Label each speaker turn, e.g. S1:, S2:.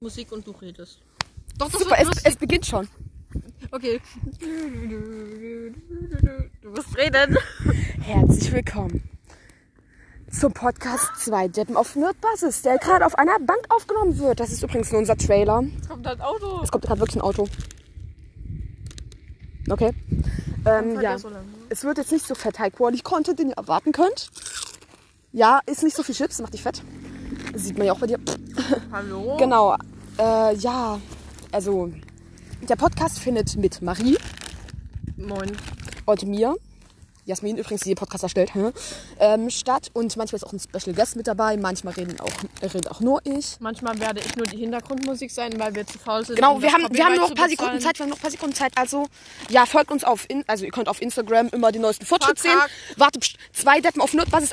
S1: Musik und du redest.
S2: Doch, das
S3: Super,
S2: wird
S3: es,
S2: lustig.
S3: es beginnt schon.
S2: Okay. Du musst reden.
S3: Herzlich willkommen zum Podcast 2 Deppen auf Nerdbasis, der gerade auf einer Bank aufgenommen wird. Das ist übrigens nur unser Trailer.
S2: Jetzt kommt ein Auto.
S3: Es kommt gerade wirklich ein Auto. Okay. Ähm, ja.
S2: so lang.
S3: Es wird jetzt nicht so fett High Quality Content, den ihr erwarten könnt. Ja, ist nicht so viel Chips, macht dich fett. Sieht man ja auch bei dir.
S2: Hallo.
S3: Genau. Äh, ja, also der Podcast findet mit Marie
S2: Moin.
S3: und mir, Jasmin übrigens, die den Podcast erstellt, hä, ähm, statt. Und manchmal ist auch ein Special Guest mit dabei. Manchmal reden auch, redet auch nur ich.
S2: Manchmal werde ich nur die Hintergrundmusik sein, weil wir zu faul sind.
S3: Genau,
S2: um
S3: wir
S2: das
S3: haben, wir haben
S2: Copyright
S3: noch ein paar
S2: zu
S3: Sekunden
S2: bezahlen.
S3: Zeit. Wir haben noch ein paar Sekunden Zeit. Also, ja, folgt uns auf, in, also ihr könnt auf Instagram immer den neuesten Fortschritt
S2: Fuck, fuck.
S3: sehen. Warte, pst, zwei Deppen auf Notbasis